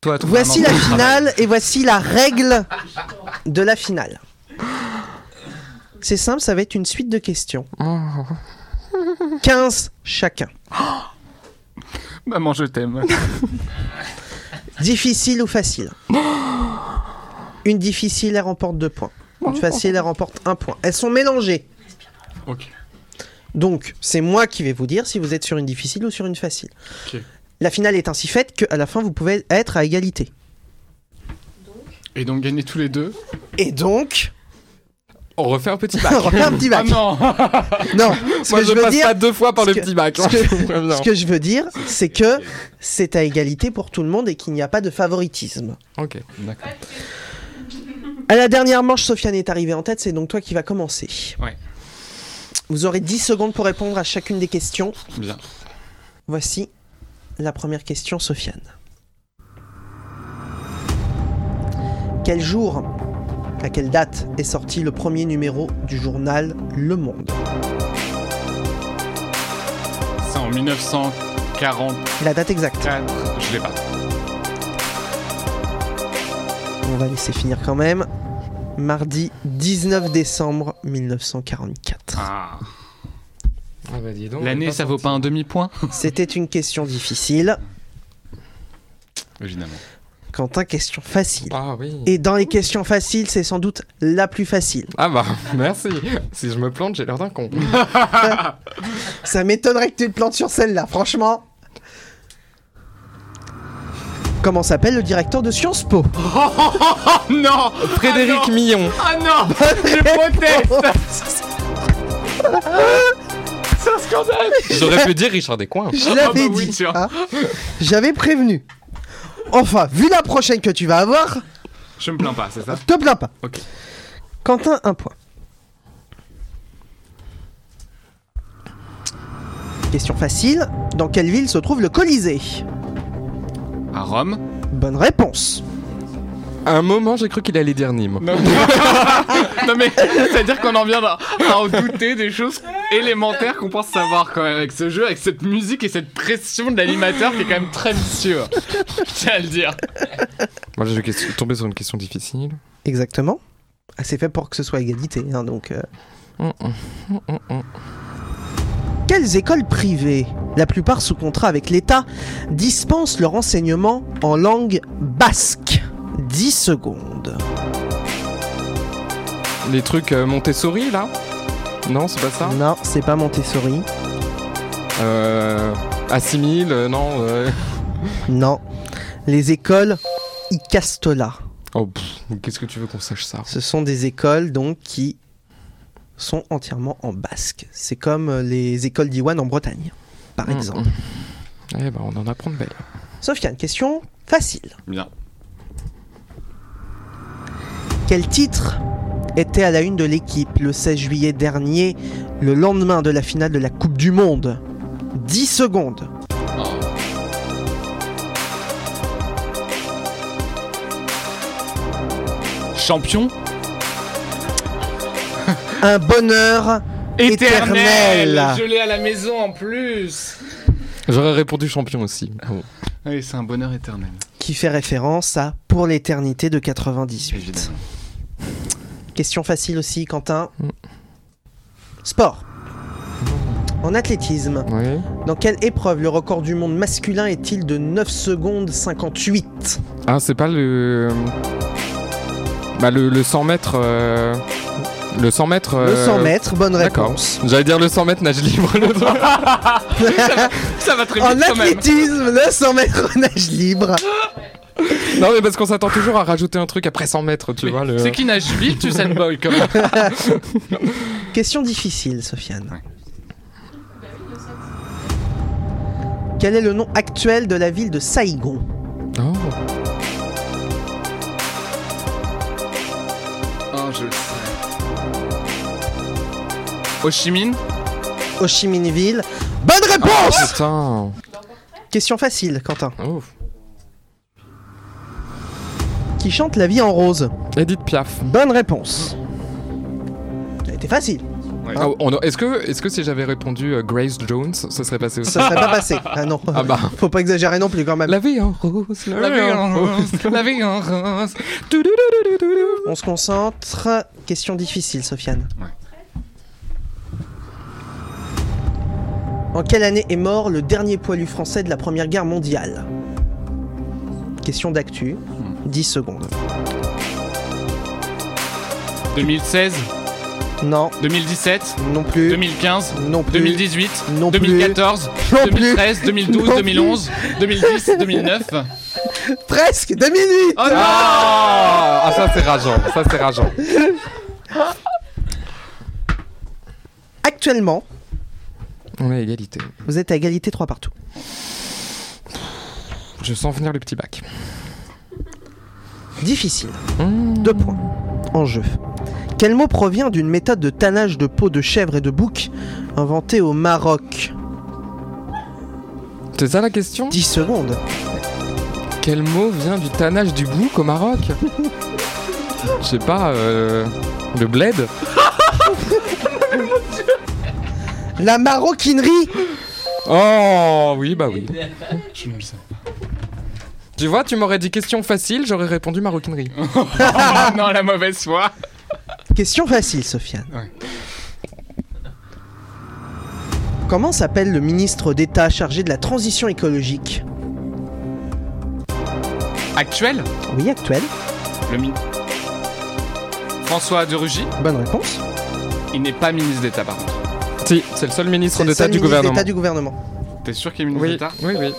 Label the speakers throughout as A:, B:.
A: toi, trouver un
B: Voici la
A: endroit où
B: finale et voici la règle de la finale. C'est simple, ça va être une suite de questions. 15 chacun.
A: Maman, je t'aime.
B: Difficile ou facile Une difficile, elle remporte 2 points. Une facile, elle remporte 1 point. Elles sont mélangées.
A: ok.
B: Donc, c'est moi qui vais vous dire si vous êtes sur une difficile ou sur une facile.
A: Ok.
B: La finale est ainsi faite qu'à la fin, vous pouvez être à égalité.
A: Et donc, gagner tous les deux.
B: Et donc,
C: On refait un petit bac.
B: on refait un petit
A: Ah
B: bac.
A: non
B: non, ce
C: Moi,
B: que
C: je
B: je veux
C: passe
B: dire,
C: pas deux fois par
B: ce
C: le
B: que-
C: petit bac.
B: ce
C: hein,
B: que-
C: je vous préviens.
B: ce que je veux dire, c'est que c'est à égalité pour tout le monde et qu'il n'y a pas de favoritisme.
C: Ok, d'accord.
B: À la dernière manche, Sofiane est arrivée en tête, c'est donc toi qui vas commencer.
A: Ouais.
B: Vous aurez 10 secondes pour répondre à chacune des questions.
A: Bien.
B: Voici la première question, Sofiane. Quel jour, à quelle date est sorti le premier numéro du journal Le Monde
A: C'est en 1944.
B: La date exacte.
A: Je l'ai pas.
B: On va laisser finir quand même. Mardi 19 décembre 1944.
A: Ah.
C: Ah bah dis donc.
A: L'année, ça vaut pas un demi-point
B: C'était une question difficile.
A: Évidemment.
B: Quentin, question facile.
C: Ah oui.
B: Et dans les questions faciles, c'est sans doute la plus facile.
C: Ah bah, merci. Si je me plante, j'ai l'air d'un con.
B: Ça m'étonnerait que tu te plantes sur celle-là, franchement. Comment s'appelle le directeur de Sciences Po
A: Non
C: Frédéric
A: Ah non
C: Millon.
A: Ah non Je proteste C'est un scandale
C: J'aurais pu dire Richard Descoings.
B: Je l'avais
A: bah oui,
B: dit.
A: tiens.
B: hein. J'avais prévenu. Enfin, vu la prochaine que tu vas avoir,
A: Je me plains pas, c'est ça
B: te plains pas.
A: Ok.
B: Quentin, un point. Question facile. Dans quelle ville se trouve le Colisée
A: À Rome
B: Bonne réponse.
C: À un moment, j'ai cru qu'il allait dire Nîmes.
A: Non, Non, mais c'est-à-dire qu'on en vient à, à en douter des choses élémentaires qu'on pense savoir quand même avec ce jeu, avec cette musique et cette pression de l'animateur qui est quand même très vicieux. Je tiens à le dire.
C: Moi, je vais question- tomber sur une question difficile.
B: Exactement. Ah, C'est fait pour que ce soit égalité, hein, donc. euh.
C: Mm, mm, mm, mm.
B: Quelles écoles privées, la plupart sous contrat avec l'État, dispensent leur enseignement en langue basque 10 secondes.
C: Les trucs euh, Montessori, là Non, c'est pas ça
B: Non, c'est pas Montessori.
C: Euh. Assimile, euh, non. euh,
B: Non. Les écoles Icastola.
C: Oh, pff, qu'est-ce que tu veux qu'on sache ça
B: Ce sont des écoles donc qui sont entièrement en basque. C'est comme euh, les écoles d'Iwan en Bretagne, par
C: Mm,
B: exemple.
C: mm. Eh ben, on en apprend de belles.
B: Sofiane, question facile.
A: Bien.
B: Quel titre était à la une de l'équipe le 16 juillet dernier, le lendemain de la finale de la Coupe du Monde 10 secondes.
A: Champion
B: Un bonheur Éternel.
A: Je l'ai à la maison en plus
C: J'aurais répondu champion aussi. Bon.
A: Oui, c'est un bonheur éternel.
B: qui fait référence à Pour l'éternité de 98.
A: Évidemment.
B: Question facile aussi, Quentin.
C: Mm.
B: Sport. En athlétisme,
C: Oui.
B: dans quelle épreuve le record du monde masculin est-il de 9 secondes 58
C: Ah, c'est pas le. Bah, le, le 100 mètres. euh, Le 100 mètres.
B: Le
C: euh,
B: 100 mètres, bonne
C: D'accord.
B: réponse.
C: J'allais dire le 100 mètres nage libre. le truc.
A: Ça va très
B: en
A: vite quand même
B: athlétisme, le 100 mètres nage libre.
C: non, mais parce qu'on s'attend toujours à rajouter un truc après 100 mètres, tu
A: Mais
C: vois. Le...
A: C'est qui nage vite, tu sais, Boy, quand même
B: Question difficile, Sofiane.
A: Ouais.
B: Quel est le nom actuel de la ville de Saïgon
C: Oh.
A: Oh, je le sais. Ho Chi Minh
B: Ho Chi Minh Ville. Bonne
A: Ah
B: réponse
C: Oh, Putain. Oh.
B: Question facile, Quentin.
C: Ouf.
B: Qui chante La vie en rose
C: Edith Piaf.
B: Bonne réponse. Ça a été facile.
A: Ouais.
C: Ah, on a- Est-ce que, est que si j'avais répondu euh, Grace Jones, ça serait passé aussi
B: Ça serait pas passé. Ah non.
C: Ah bah.
B: Faut pas exagérer non plus quand même.
C: La vie en rose, la vie en rose, la vie en rose. Toudoudoudoudoudoudou.
B: On se concentre. Question difficile, Sofiane.
A: Ouais.
B: En quelle année est mort le dernier poilu français de la Première Guerre mondiale Question d'actu.
C: Hmm.
B: 10 secondes.
A: 2016,
B: Non,
A: 2017,
B: non plus.
A: 2015,
B: Non plus.
A: 2018,
B: Non plus.
A: 2014,
B: Non plus.
A: 2013, 2012,
B: Non plus.
A: 2011, 2010, 2009.
B: Presque 2008
A: Oh non
C: Ah, ah, ça c'est rageant, ça c'est rageant.
B: Actuellement,
C: On est à égalité.
B: vous êtes à égalité 3 partout.
C: Je sens venir le petit bac.
B: Difficile.
C: Mmh.
B: Deux points. En jeu. Quel mot provient d'une méthode de tannage de peau de chèvre et de bouc inventée au Maroc
C: C'est ça la question
B: 10 secondes.
C: Quel mot vient du tannage du bouc au Maroc Je sais pas, euh, le bled
B: La maroquinerie
C: Oh oui, bah oui.
A: Je ne le sais
C: Tu vois, tu m'aurais dit question facile, j'aurais répondu maroquinerie.
A: pas. Oh non, la mauvaise foi
B: Question facile, Sofiane.
A: Ouais.
B: Comment s'appelle le ministre d'État chargé de la transition écologique
A: Actuel
B: Oui, actuel.
A: Le mi- François de Rugy,
B: Bonne réponse.
A: il n'est pas ministre d'État par contre.
C: Si, c'est le seul ministre
B: C'est le
C: d'état
B: seul
C: du
B: ministre
C: gouvernement.
B: d'État du gouvernement.
A: T'es sûr qu'il est ministre
C: Oui,
A: d'État
C: oui, oui.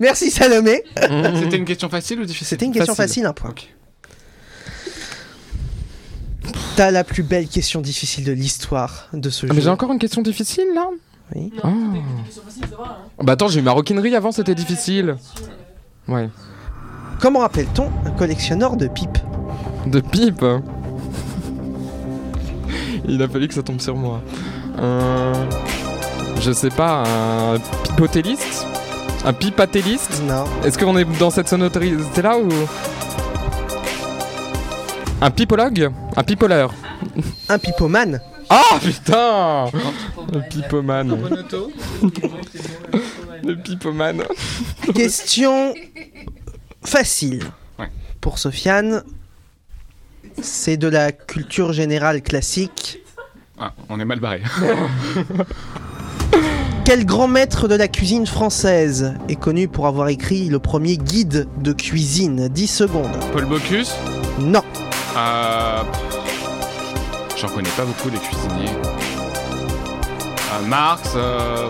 B: Merci Salomé.
A: C'était une question facile ou difficile
B: C'était une question
C: Facile.
B: facile, un point.
A: Ok.
B: T'as la plus belle question difficile de l'histoire de ce
C: Ah, mais
B: jeu.
C: j'ai encore une question difficile là
B: Oui.
C: Ah.
A: hein.
C: Bah attends, j'ai eu maroquinerie avant, c'était difficile. Ouais.
B: Comment appelle-t-on un collectionneur de pipes
C: De pipe Il a fallu que ça tombe sur moi. Euh, je sais pas, un pipotéliste Un pipatéliste
B: Non.
C: Est-ce qu'on est dans cette sonorité là ou. Un pipologue Un pipoleur
B: Un pipomane
C: Ah putain Le pipomane. Le pipomane.
B: Question facile
A: Ouais.
B: pour Sofiane. C'est de la culture générale classique.
A: Ah, on est mal barré.
B: Quel grand maître de la cuisine française est connu pour avoir écrit le premier guide de cuisine 10 secondes.
A: Paul Bocuse
B: Non.
A: Euh, J'en connais pas beaucoup des cuisiniers. Euh, Marx, euh,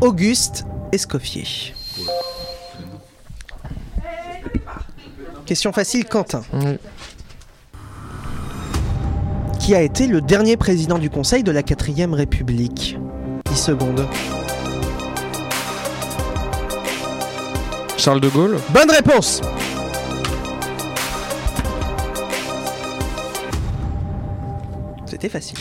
B: Auguste Escoffier. Question facile, Quentin.
C: Oui.
B: Qui a été le dernier président du Conseil de la 4ème République 10 secondes.
C: Charles de Gaulle
B: Bonne réponse C'était facile.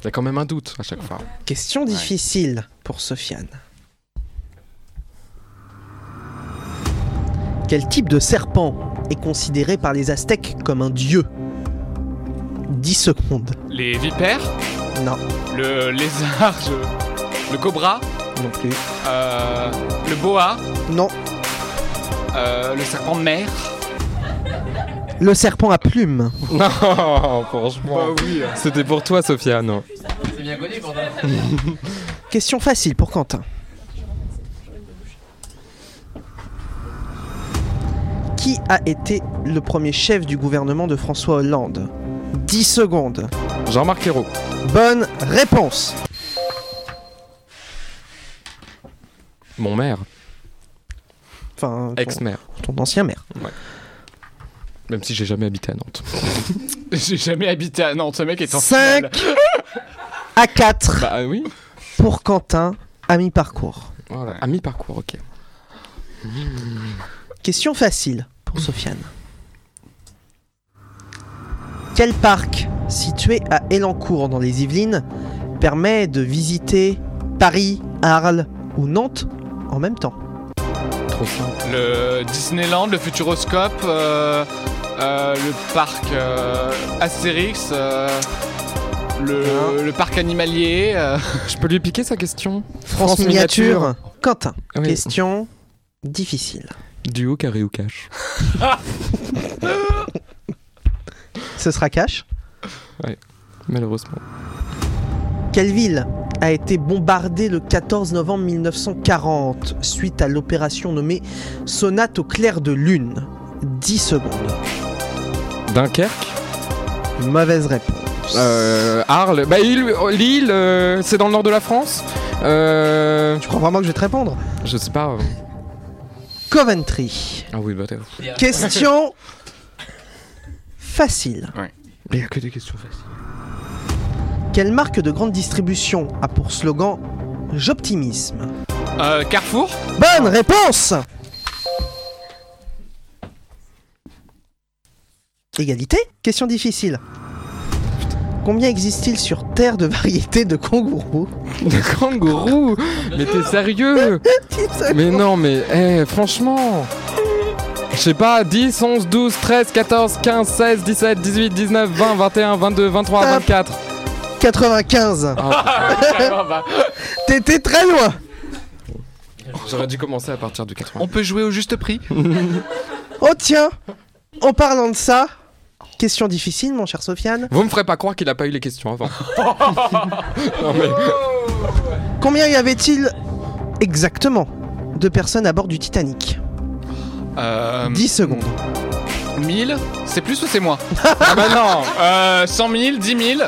C: Il y a quand même un doute à chaque fois.
B: Question difficile pour Sofiane. Quel type de serpent est considéré par les Aztèques comme un dieu 10 secondes.
A: les vipères,
B: Non,
A: le lézard, je- le cobra,
B: non plus.
A: euh, le boa,
B: Non,
A: euh, le serpent de mer.
B: le serpent à plumes.
C: Non, franchement.
A: oui.
C: C'était pour toi, Sofiane.
B: Question facile pour Quentin. Qui a été le premier chef du gouvernement de François Hollande 10 secondes.
C: Jean-Marc Ayrault.
B: Bonne réponse.
C: Mon maire.
B: Enfin, ton,
C: Ex-maire.
B: ton ancien maire.
C: Même si j'ai jamais habité à Nantes.
A: J'ai jamais habité à Nantes, ce mec est en
B: 5 à 4
C: Bah oui.
B: pour Quentin à mi-parcours.
C: Voilà. À mi-parcours, ok.
B: Question facile pour Sofiane. Quel parc situé à Élancourt dans les Yvelines permet de visiter Paris, Arles ou Nantes en même temps
C: Trop simple.
A: Le Disneyland, le Futuroscope, euh, euh, le parc euh, Astérix, euh, le, le parc animalier. euh.
C: Je peux lui piquer sa question
B: France,
C: France
B: miniature.
C: miniature.
B: Quentin,
C: Oui.
B: question difficile.
C: Du haut carré ou cash
B: Ce sera cash.
C: Malheureusement.
B: Quelle ville a été bombardée le 14 novembre 1940 suite à l'opération nommée Sonate au clair de lune 10 secondes.
C: Dunkerque
B: Mauvaise réponse.
C: euh, Arles Bah, il- Lille, euh, c'est dans le nord de la France euh,
B: Tu crois vraiment que je vais te répondre
C: Je sais pas. euh.
B: Coventry.
C: Ah oui, bah t'es.
B: Question facile.
C: Il y a que des questions faciles.
B: Quelle marque de grande distribution a pour slogan J'optimisme
A: Euh, Carrefour
B: Bonne réponse Égalité Question difficile. Combien existe-t-il sur Terre de variétés de kangourous
C: Le kangourou Mais t'es sérieux Mais non, mais eh, franchement Je sais pas, 10, 11, 12, 13, 14, 15, 16, 17, 18, 19, 20, 21, 22, 23,
B: Top.
C: 24. Ah,
B: 95 T'étais très loin
C: J'aurais dû commencer à partir du 80.
A: On peut jouer au juste prix
B: Oh tiens En parlant de ça, question difficile mon cher Sofiane.
C: Vous me ferez pas croire qu'il a pas eu les questions avant. non, mais...
B: Combien y avait-il exactement de personnes à bord du Titanic
A: euh,
B: 10 secondes.
A: 1000 C'est plus ou c'est moins
C: Ah bah non
A: euh, 100 000, 10 000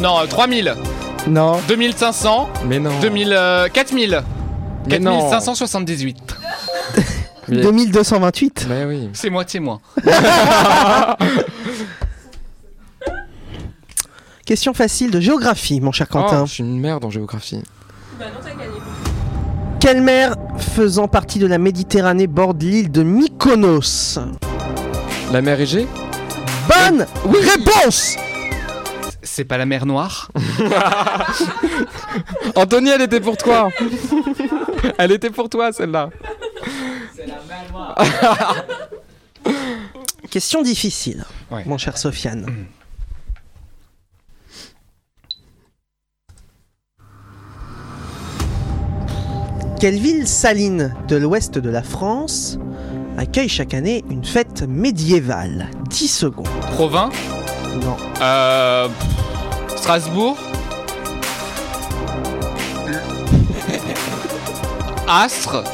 A: Non, non 3 000,
B: Non.
A: 2500,
C: Mais non
A: 2000, euh, 4000,
C: Mais non
A: 4578.
C: Mais-
B: 2228
C: Mais oui.
A: C'est moitié moins.
B: Question facile de géographie mon cher Quentin.
C: Oh, je suis une merde en géographie.
D: Bah non, t'as gagné.
B: Quelle mer faisant partie de la Méditerranée borde l'île de Mykonos
C: La mer Égée
B: Bonne réponse
A: C'est pas la mer Noire
C: Anthony, elle était pour toi Elle était pour toi, celle-là.
B: Question difficile,
A: Ouais.
B: mon cher Sofiane. Quelle ville saline de l'ouest de la France accueille chaque année une fête médiévale 10 secondes.
A: Provins
B: Non.
A: Euh, Strasbourg Astre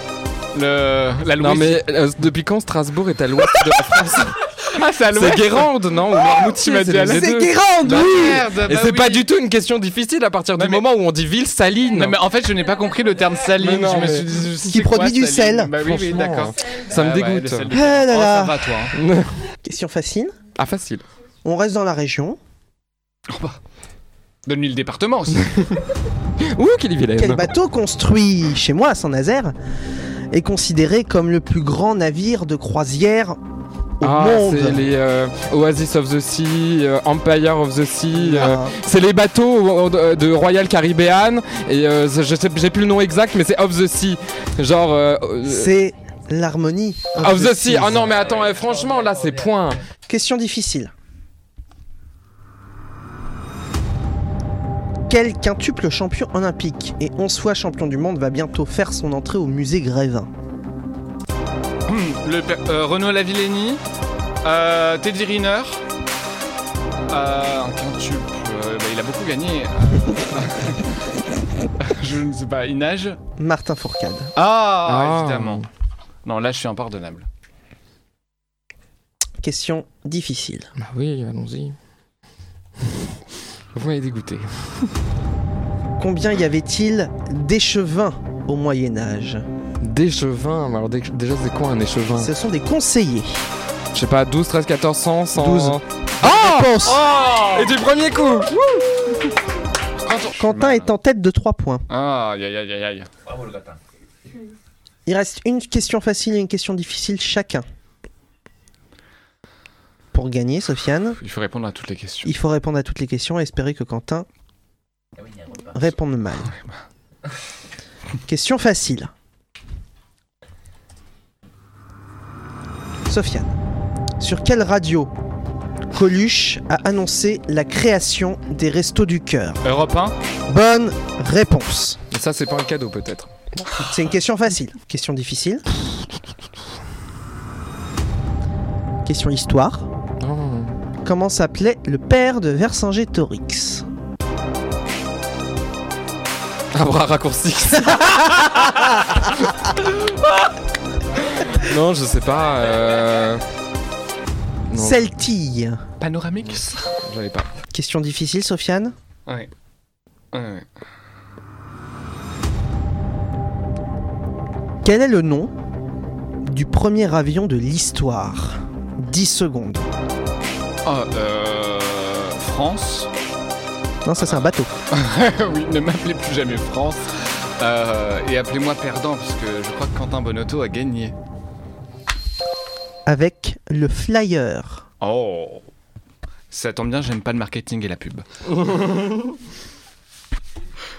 A: le, La Louis
C: Non mais euh, depuis quand Strasbourg est à l'ouest de la France
A: Ah c'est à
C: C'est
A: l'ouest
C: Guérande, non Ou Noirmoutier,
A: tu m'as
C: c'est
A: dit à
C: les
A: l'est.
C: deux.
B: C'est Guérande,
A: Bah,
B: oui
A: merde,
C: Et
A: bah
C: c'est
A: oui.
C: pas du tout une question difficile à partir
A: Non,
C: du
A: mais-
C: moment où on dit ville saline.
A: Non mais en fait je n'ai pas compris le terme
C: Mais
A: saline
C: non,
A: Je me
C: mais-
A: suis dit, c'est
B: Qui
A: quoi,
B: produit du
A: saline
B: sel.
A: Bah oui, oui
C: Franchement.
A: d'accord
C: Ça me
A: Ah ouais, le
C: dégoûte.
A: sel de-
B: Ah là
A: Oh,
B: là.
A: ça va toi hein.
B: Question facile.
C: ah facile.
B: On reste dans la région.
A: Donne-lui le département aussi
C: Ouh qu'il est vilaine.
B: Quel bateau construit chez moi à Saint-Nazaire est considéré comme le plus grand navire de croisière au
C: ah,
B: monde
C: c'est les euh, Oasis of the Sea, euh, Empire of the Sea.
A: Ah.
C: euh,
B: Non.
C: c'est les bateaux euh, de- de Royal Caribbean. Et euh, je sais, j'ai plus le nom exact, mais c'est of the Sea. Genre. euh, euh,
B: C'est l'harmonie.
C: Of the Sea.
B: Seas.
C: Oh non mais attends, eh, franchement là c'est point.
B: Question difficile. Quel quintuple champion olympique et 11 fois champion du monde va bientôt faire son entrée au musée Grévin
A: Hmm, le, per- euh, Renaud Lavillenie euh, Teddy Riner euh, Un quintuple euh, bah, Il a beaucoup gagné Euh, Je ne sais pas, il nage
B: Martin Fourcade.
A: Ah,
C: Ah.
A: évidemment. Non, là, je suis impardonnable.
B: Question difficile.
C: Bah oui, allons-y. Vous m'avez dégoûté.
B: Combien y avait-il d'échevins au Moyen Âge
C: D'échevin, alors dé- déjà c'est quoi un échevin
B: Ce sont des conseillers.
C: Je sais pas, 12, 13, 14, 100, 100...
B: 12. Réponse.
A: Oh
C: Et Ah du premier coup
B: Quentin est en tête de 3 points.
A: Ah, aïe, aïe, aïe, aïe.
B: Il reste une question facile et une question difficile chacun. Pour gagner, Sofiane,
A: Il faut répondre à toutes les questions.
B: il faut répondre à toutes les questions et espérer que Quentin réponde mal. question facile. Sofiane, Sur quelle radio Coluche a annoncé la création des Restos du Cœur
A: Europe 1
B: Bonne réponse.
C: Mais ça, c'est pas un cadeau, peut-être.
B: C'est une question facile. Question difficile. Question histoire.
C: Oh.
B: Comment s'appelait le père de Vercingétorix
C: Un bras raccourci. non, je sais pas. Euh... Non,
B: Celtille.
A: Panoramix
C: j'avais pas.
B: Question difficile, Sofiane.
A: Ouais. Ouais, ouais.
B: Quel est le nom du premier avion de l'histoire 10 secondes.
A: Ah, euh. France
B: Non, ça c'est un bateau.
A: Oui, ne m'appelez plus jamais France. Euh, et appelez-moi perdant, parce que je crois que Quentin Bonotto a gagné.
B: Avec le Flyer.
A: Oh Ça tombe bien, j'aime pas le marketing et la pub.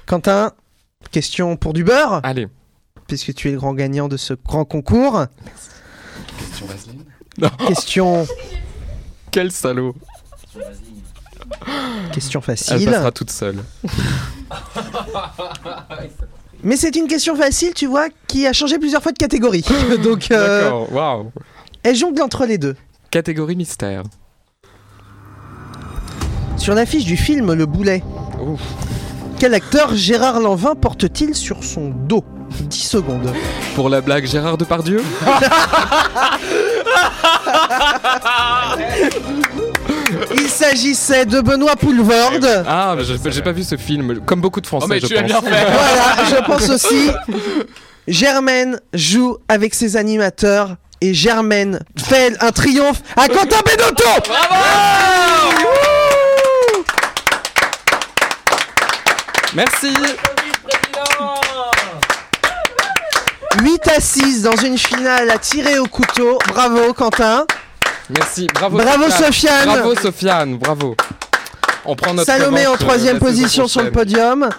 B: Quentin, question pour du beurre,
C: Allez.
B: puisque tu es le grand gagnant de ce grand concours.
A: Question Vaseline
B: Question,
C: Quel salaud.
B: question
C: Elle
B: facile.
C: passera toute seule.
B: Mais c'est une question facile, tu vois, qui a changé plusieurs fois de catégorie. Donc, euh,
C: D'accord. Waouh.
B: elle jongle entre les deux.
C: Catégorie mystère.
B: Sur l'affiche du film Le Boulet,
C: Ouf.
B: quel acteur Gérard Lanvin porte-t-il sur son dos 10 secondes.
C: Pour la blague, Gérard Depardieu
B: Il s'agissait de Benoît Poulvorde.
C: Ah, mais j'ai j'ai pas vu ce film. Comme beaucoup de Français,
A: Oh, mais
C: je
A: tu as
C: pense.
A: bien fait
B: Voilà, je pense aussi. Germaine joue avec ses animateurs et Germaine fait un triomphe à Quentin Benotto.
C: Merci.
B: 8 à 6 dans une finale à tirer au couteau. Bravo Quentin.
C: Merci. Bravo.
B: Bravo Sofiane.
C: Bravo Sofiane. Bravo. On prend notre
B: Salomé en
C: revanche, euh,
B: troisième
C: la saison
B: position sur le
C: prochaine.
B: podium.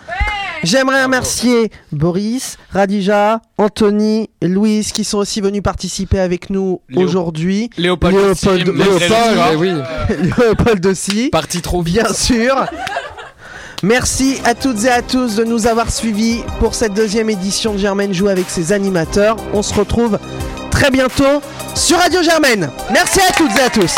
B: J'aimerais remercier Boris, Radija, Anthony, Louise qui sont aussi venus participer avec nous
A: Léo.
B: aujourd'hui.
A: Léopold,
B: Léopold-
A: aussi, malgré
C: Léopold,
A: l'histoire.
C: eh oui.
B: Léopold aussi.
C: Parti trop vite.
B: bien sûr. Merci à toutes et à tous de nous avoir suivis pour cette deuxième édition de Germaine joue avec ses animateurs. On se retrouve très bientôt sur Radio Germaine. Merci à toutes et à tous.